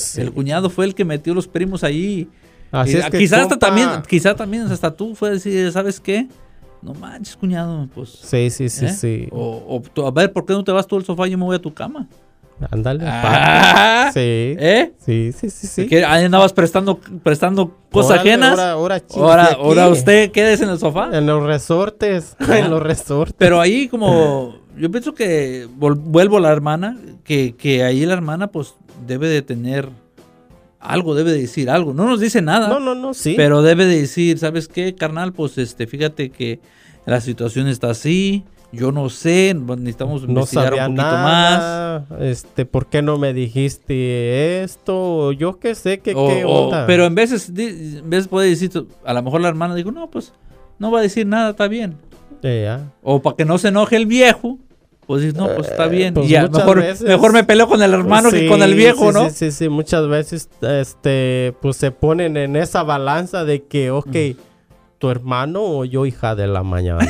Speaker 2: sí.
Speaker 1: El cuñado fue el que metió los primos allí.
Speaker 2: así
Speaker 1: Eh,
Speaker 2: es que
Speaker 1: quizás hasta
Speaker 2: compa,
Speaker 1: también, quizás también hasta tú fue decir, ¿sabes qué? No manches, cuñado, pues.
Speaker 2: Sí, sí, sí,
Speaker 1: ¿eh?
Speaker 2: sí.
Speaker 1: O, o tú, a ver, ¿por qué no te vas tú al sofá y yo me voy a tu cama?
Speaker 2: Ándale.
Speaker 1: Ah, [LAUGHS]
Speaker 2: pa. Sí.
Speaker 1: ¿Eh?
Speaker 2: Sí, sí, sí, sí.
Speaker 1: Que ahí andabas prestando, prestando cosas
Speaker 2: Órale,
Speaker 1: ajenas.
Speaker 2: Ahora, ahora, Eh. chingue
Speaker 1: Ahora,
Speaker 2: aquí.
Speaker 1: ahora usted quédese en el sofá.
Speaker 2: En los resortes. [LAUGHS] en los resortes.
Speaker 1: Pero ahí
Speaker 2: [LAUGHS]
Speaker 1: como, yo pienso que vol- vuelvo a la hermana, que, que ahí la hermana pues debe de tener algo, debe de decir algo. No nos dice nada,
Speaker 2: No, no, no, sí.
Speaker 1: pero debe de decir, ¿sabes qué, carnal? Pues este, fíjate que la situación está así, yo no sé, necesitamos
Speaker 2: no
Speaker 1: investigar
Speaker 2: sabía
Speaker 1: un poquito más.
Speaker 2: nada. Este, ¿por qué no me dijiste esto? O Yo qué sé, que,
Speaker 1: O-
Speaker 2: qué
Speaker 1: o-
Speaker 2: onda.
Speaker 1: pero en veces, di- en veces puede decir, a lo mejor la hermana dijo, no, pues no va a decir nada, está bien.
Speaker 2: Eh, ya.
Speaker 1: O para que no se enoje el viejo. Pues dices, no, pues está
Speaker 2: Eh,
Speaker 1: bien.
Speaker 2: pues
Speaker 1: y ya,
Speaker 2: muchas
Speaker 1: mejor,
Speaker 2: veces-
Speaker 1: mejor me peleo con el hermano que
Speaker 2: Pues Sí,
Speaker 1: con el viejo,
Speaker 2: sí,
Speaker 1: ¿no?
Speaker 2: Sí, sí, sí, muchas veces este, pues se ponen en esa balanza de que, ok,
Speaker 1: Mm.
Speaker 2: tu hermano o yo, hija de
Speaker 1: [LAUGHS]
Speaker 2: la mañana.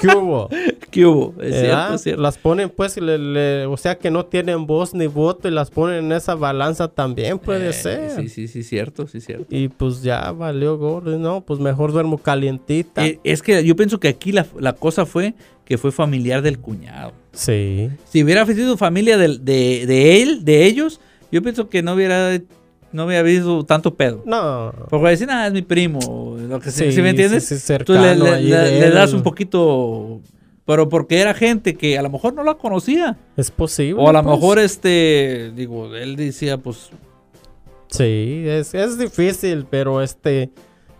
Speaker 2: ¿Qué hubo?
Speaker 1: ¿Qué hubo? Es
Speaker 2: ¿Verdad?
Speaker 1: cierto, es cierto.
Speaker 2: Las ponen pues, le- le- o sea que no tienen voz ni voto y las ponen en esa balanza también, puede
Speaker 1: Eh,
Speaker 2: ser.
Speaker 1: Sí, sí, sí, cierto, sí, cierto.
Speaker 2: Y pues ya valió gordo, no, pues mejor duermo calientita.
Speaker 1: Eh, es que yo pienso que aquí la, la cosa fue que fue familiar del cuñado.
Speaker 2: sí.
Speaker 1: Si hubiera sido familia del- de, de él, de ellos, yo pienso que no hubiera, no hubiera habido tanto pedo.
Speaker 2: No.
Speaker 1: Porque decir, ah, es mi primo, o lo que sea, ¿sí me entiendes?
Speaker 2: sí, sí,
Speaker 1: Tú le,
Speaker 2: cercano
Speaker 1: le-
Speaker 2: ahí
Speaker 1: le-
Speaker 2: de
Speaker 1: le
Speaker 2: él.
Speaker 1: das un poquito, pero porque era gente que a lo mejor no la conocía.
Speaker 2: Es posible.
Speaker 1: O a lo
Speaker 2: pues.
Speaker 1: mejor este, digo, él decía, pues,
Speaker 2: Sí, es, es difícil, pero este,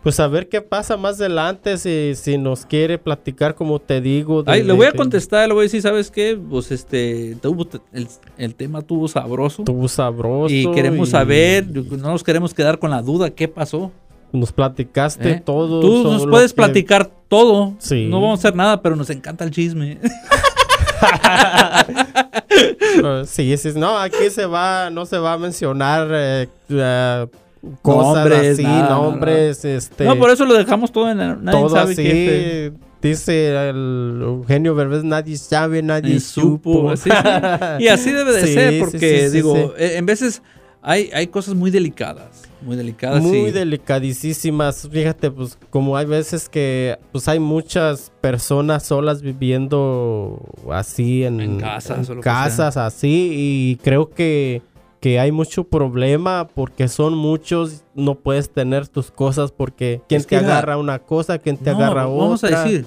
Speaker 2: pues a ver qué pasa más adelante si, si nos quiere platicar como te digo. de-
Speaker 1: ay, le
Speaker 2: de
Speaker 1: voy a
Speaker 2: que
Speaker 1: contestar, le voy a decir, ¿sabes qué? Pues este, tuvo t- el, el tema tuvo sabroso.
Speaker 2: Estuvo sabroso.
Speaker 1: Y queremos
Speaker 2: y
Speaker 1: saber, no nos queremos quedar con la duda, ¿qué pasó?
Speaker 2: Nos platicaste
Speaker 1: ¿Eh?
Speaker 2: todo.
Speaker 1: Tú
Speaker 2: sobre
Speaker 1: nos
Speaker 2: lo
Speaker 1: puedes
Speaker 2: que-
Speaker 1: platicar todo.
Speaker 2: Sí.
Speaker 1: No vamos a hacer nada, pero nos encanta el chisme.
Speaker 2: Eh, Sí, sí, no, aquí se va, no se va a mencionar eh, eh, cosas
Speaker 1: Nombres,
Speaker 2: así,
Speaker 1: nada,
Speaker 2: nombres,
Speaker 1: [LAUGHS]
Speaker 2: este.
Speaker 1: No, por eso lo dejamos todo en la, nadie
Speaker 2: todo
Speaker 1: sabe
Speaker 2: así.
Speaker 1: qué fue.
Speaker 2: Dice el Eugenio Verbes, nadie sabe, nadie
Speaker 1: Ni
Speaker 2: supo.
Speaker 1: supo.
Speaker 2: [LAUGHS]
Speaker 1: Sí, sí. Y así debe de
Speaker 2: Sí, sí,
Speaker 1: ser, porque
Speaker 2: sí, sí,
Speaker 1: digo,
Speaker 2: sí.
Speaker 1: eh, en veces hay, hay cosas muy delicadas. Muy delicadas.
Speaker 2: Muy
Speaker 1: y-
Speaker 2: delicadísimas. Fíjate, pues como hay veces que pues hay muchas personas solas viviendo así en,
Speaker 1: En casas o lo que
Speaker 2: casas así y creo que que hay mucho problema porque son muchos, no puedes tener tus cosas porque quien
Speaker 1: Es
Speaker 2: te
Speaker 1: que, mira,
Speaker 2: agarra una cosa, quien te
Speaker 1: No,
Speaker 2: agarra otra.
Speaker 1: vamos a decir,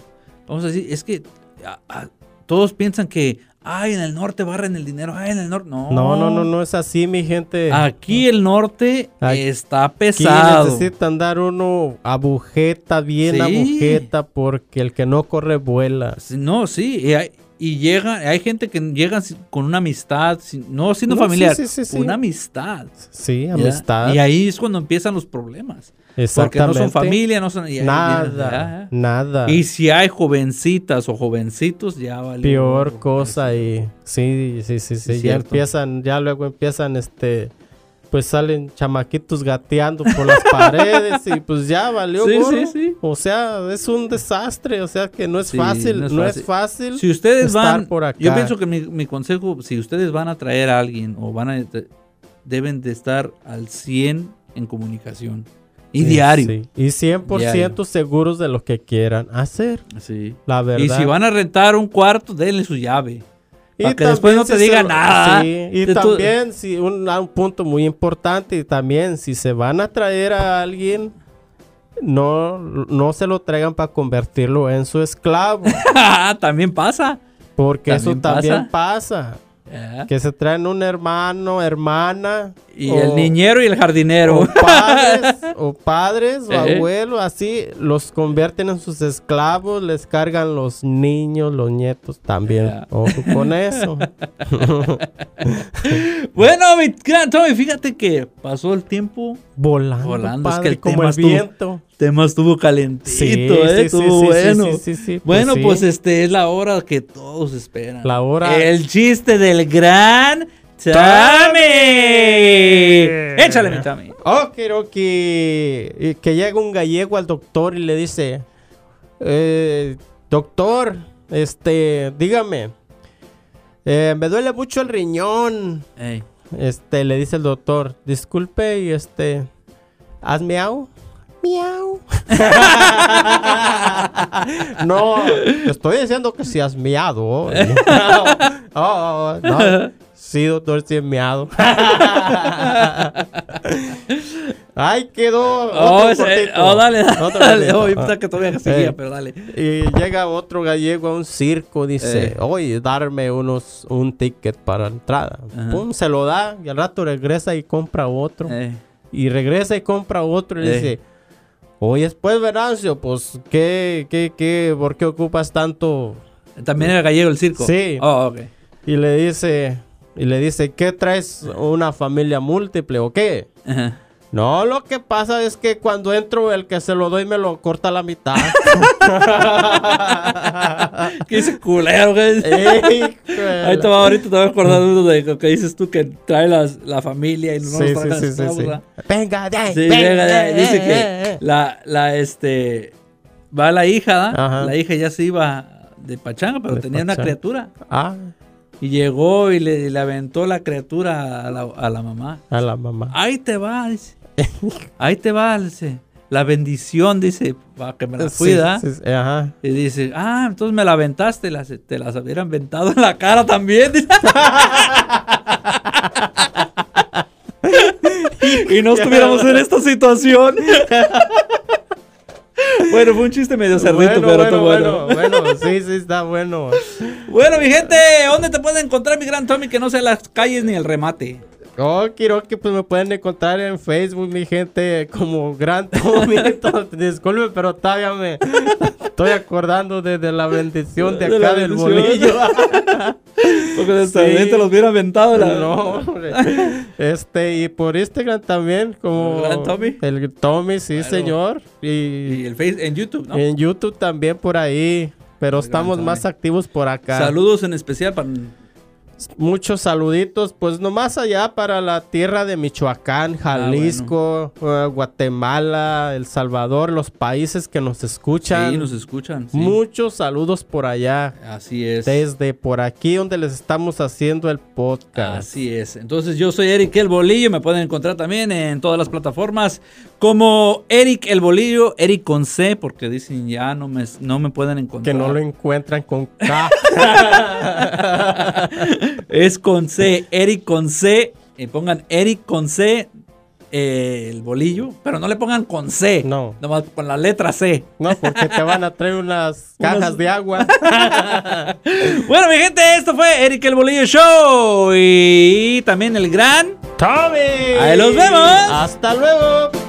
Speaker 1: vamos a decir, es que a- a- todos piensan que, ay, en el norte barren el dinero, ay, en el norte, no.
Speaker 2: No, no, no, no es así, mi gente.
Speaker 1: Aquí el norte
Speaker 2: Aquí
Speaker 1: está
Speaker 2: Aquí
Speaker 1: pesado.
Speaker 2: necesitan dar uno agujeta, bien
Speaker 1: Sí.
Speaker 2: agujeta, porque el que no corre vuela.
Speaker 1: Sí, No, sí, y hay, y llega, hay gente que llega sin- con una amistad, sin- no siendo
Speaker 2: No, sí,
Speaker 1: familiar,
Speaker 2: sí, sí, sí.
Speaker 1: una amistad.
Speaker 2: Sí,
Speaker 1: ¿ya?
Speaker 2: amistad.
Speaker 1: Y ahí es cuando empiezan los problemas. Porque
Speaker 2: Exactamente.
Speaker 1: no son familia, no son... y ahí vienen,
Speaker 2: Nada,
Speaker 1: ¿ya?
Speaker 2: nada.
Speaker 1: Y si hay jovencitas o jovencitos, ya vale.
Speaker 2: peor cosa y sí, sí, sí, sí,
Speaker 1: pues, Sí,
Speaker 2: ya
Speaker 1: cierto.
Speaker 2: empiezan, ya luego empiezan este pues salen chamaquitos gateando por las paredes y pues ya valió
Speaker 1: Sí,
Speaker 2: gorro.
Speaker 1: sí, sí.
Speaker 2: O sea, es un desastre, o sea que no es
Speaker 1: Sí,
Speaker 2: fácil, no es fácil.
Speaker 1: Si ustedes
Speaker 2: estar
Speaker 1: van,
Speaker 2: por acá.
Speaker 1: yo pienso que mi, mi consejo, si ustedes van a traer a alguien o van a, deben de estar al 100 en comunicación y
Speaker 2: Sí,
Speaker 1: diario.
Speaker 2: sí. Y 100%
Speaker 1: Diario.
Speaker 2: seguros de lo que quieran hacer,
Speaker 1: Sí.
Speaker 2: la verdad.
Speaker 1: Y si van a rentar un cuarto, denle su llave.
Speaker 2: Y
Speaker 1: Para que después
Speaker 2: también
Speaker 1: no te
Speaker 2: si
Speaker 1: diga
Speaker 2: se-
Speaker 1: nada.
Speaker 2: sí, y
Speaker 1: De tu-
Speaker 2: también, si un, a un punto muy importante, y también si se van a traer a alguien, no, no se lo traigan para convertirlo en su
Speaker 1: [LAUGHS]
Speaker 2: esclavo,
Speaker 1: También pasa.
Speaker 2: porque eso
Speaker 1: También
Speaker 2: también pasa.
Speaker 1: Eh,
Speaker 2: Que se traen un hermano, hermana.
Speaker 1: Y
Speaker 2: o-
Speaker 1: el niñero y el jardinero. [LAUGHS]
Speaker 2: O padres, o padres, o
Speaker 1: Eh.
Speaker 2: abuelos, así los convierten en sus esclavos, les cargan los niños, los nietos también.
Speaker 1: Ya.
Speaker 2: Ojo con
Speaker 1: [LAUGHS]
Speaker 2: eso.
Speaker 1: bueno, mi gran Tommy, fíjate que pasó el tiempo.
Speaker 2: Volando,
Speaker 1: Volando, es
Speaker 2: padre,
Speaker 1: que el
Speaker 2: como
Speaker 1: tema
Speaker 2: el
Speaker 1: estuvo-
Speaker 2: viento.
Speaker 1: El tema estuvo calentito, eh, estuvo bueno.
Speaker 2: sí, sí, sí,
Speaker 1: Bueno,
Speaker 2: sí.
Speaker 1: pues, este es la hora que todos esperan.
Speaker 2: La hora-
Speaker 1: El chiste del gran Tommy.
Speaker 2: Tommy.
Speaker 1: Échale, mi Tommy.
Speaker 2: Oh, creo que, y que llega un gallego al doctor y le dice, eh, doctor, este, dígame, eh, me duele mucho el riñón.
Speaker 1: Ey,
Speaker 2: Este, le dice el doctor, disculpe y este, haz miau. Miau. [LAUGHS] No, te estoy diciendo que si has miado. [LAUGHS] Oh, oh, oh, no. Sí, doctor, sí he miado. [LAUGHS] Ay, quedó. otro
Speaker 1: Oh, ese-
Speaker 2: cortito.
Speaker 1: oh, dale, dale.
Speaker 2: Otro
Speaker 1: dale. [LAUGHS]
Speaker 2: cortito.
Speaker 1: Oh, yo pensaba que todavía seguía,
Speaker 2: Eh.
Speaker 1: pero dale.
Speaker 2: Y llega otro gallego a un circo, dice,
Speaker 1: Eh.
Speaker 2: oye, darme unos, un ticket para entrada.
Speaker 1: Ajá.
Speaker 2: Pum, se lo da y al rato regresa y compra otro.
Speaker 1: Eh,
Speaker 2: Y regresa y compra otro y
Speaker 1: Eh.
Speaker 2: dice, oye, después Venancio, pues, ¿qué, qué, qué, por qué ocupas tanto?
Speaker 1: También era gallego el circo.
Speaker 2: Sí.
Speaker 1: Oh, ok.
Speaker 2: Y le dice, y le dice, ¿qué traes una familia múltiple o qué?
Speaker 1: Ajá.
Speaker 2: No, lo que pasa es que cuando entro el que se lo doy me lo corta a
Speaker 1: [LAUGHS]
Speaker 2: la mitad. [LAUGHS] Ah.
Speaker 1: ¿Qué dice culero,
Speaker 2: [LAUGHS]
Speaker 1: güey?
Speaker 2: Ey, güey.
Speaker 1: Ahí te va, ahorita te voy acordando de lo que dices tú que trae las- la familia y no
Speaker 2: Sí,
Speaker 1: nos
Speaker 2: sí,
Speaker 1: trae
Speaker 2: sí,
Speaker 1: las
Speaker 2: sí, sí.
Speaker 1: cosas.
Speaker 2: Venga, de ahí,
Speaker 1: Sí,
Speaker 2: venga,
Speaker 1: llega,
Speaker 2: de ahí,
Speaker 1: dice
Speaker 2: eh, eh,
Speaker 1: que
Speaker 2: eh.
Speaker 1: la, la, este, va la hija, ¿da?
Speaker 2: Ajá.
Speaker 1: la hija ya se iba de pachanga, pero
Speaker 2: De
Speaker 1: tenía una
Speaker 2: pachanga.
Speaker 1: criatura.
Speaker 2: Ah,
Speaker 1: Y llegó y le, le aventó la criatura a la, a la mamá.
Speaker 2: a la mamá.
Speaker 1: Ahí te va,
Speaker 2: [LAUGHS]
Speaker 1: dice. Ahí te va, dice. La bendición, dice, para que me la
Speaker 2: Sí,
Speaker 1: cuida.
Speaker 2: sí, sí, ajá.
Speaker 1: Y dice, ah, entonces me la aventaste, las- te las hubieran aventado en la cara también. [LAUGHS] dice. y no estuviéramos en esta situación. [LAUGHS] bueno, fue un chiste medio cerdito,
Speaker 2: Bueno,
Speaker 1: pero está
Speaker 2: bueno,
Speaker 1: bueno. bueno.
Speaker 2: bueno,
Speaker 1: [LAUGHS]
Speaker 2: bueno, sí, sí, está bueno.
Speaker 1: mi gente, ¿dónde te pueden encontrar mi gran Tommy que no sea las calles ni el remate?
Speaker 2: Oh, quiero que pues me pueden encontrar en Facebook, mi gente, como
Speaker 1: [LAUGHS]
Speaker 2: Gran Tommy. Disculpe, pero todavía me estoy acordando de, de la bendición de
Speaker 1: De la
Speaker 2: acá del
Speaker 1: bendición.
Speaker 2: bolillo.
Speaker 1: [LAUGHS] Porque de
Speaker 2: Sí.
Speaker 1: también te los hubiera aventado. la-
Speaker 2: No, hombre. Este, y por Instagram también, como.
Speaker 1: ¿El gran Tommy?
Speaker 2: El Tommy, sí,
Speaker 1: Claro.
Speaker 2: señor.
Speaker 1: Y el Face, en YouTube, ¿no?
Speaker 2: En YouTube también por ahí. Pero
Speaker 1: Oigan,
Speaker 2: estamos
Speaker 1: Tony.
Speaker 2: más activos por acá.
Speaker 1: Saludos en especial para...
Speaker 2: Muchos saluditos, pues nomás allá para la tierra de
Speaker 1: Ah,
Speaker 2: Michoacán, Jalisco, eh, Guatemala, El Salvador, los países que nos escuchan.
Speaker 1: Sí, nos escuchan. sí.
Speaker 2: Muchos saludos por allá.
Speaker 1: Así es.
Speaker 2: Desde por aquí donde les estamos haciendo el podcast.
Speaker 1: Así es. Entonces yo soy Eric El Bolillo. Me pueden encontrar también en todas las plataformas como Eric El Bolillo, Eric con C, porque dicen ya no me, no me pueden encontrar.
Speaker 2: que no lo encuentran con K.
Speaker 1: es con C, Eric con C. Eh, pongan Eric con C, eh, el bolillo, pero no le pongan con C.
Speaker 2: No.
Speaker 1: Nomás con la letra C.
Speaker 2: no, porque te van a traer [LAUGHS] unas cajas
Speaker 1: Unas-
Speaker 2: de agua.
Speaker 1: Bueno, mi gente, esto fue Eric El Bolillo Show. Y también el gran...
Speaker 2: ¡Tommy!
Speaker 1: Ahí los vemos.
Speaker 2: ¡Hasta luego!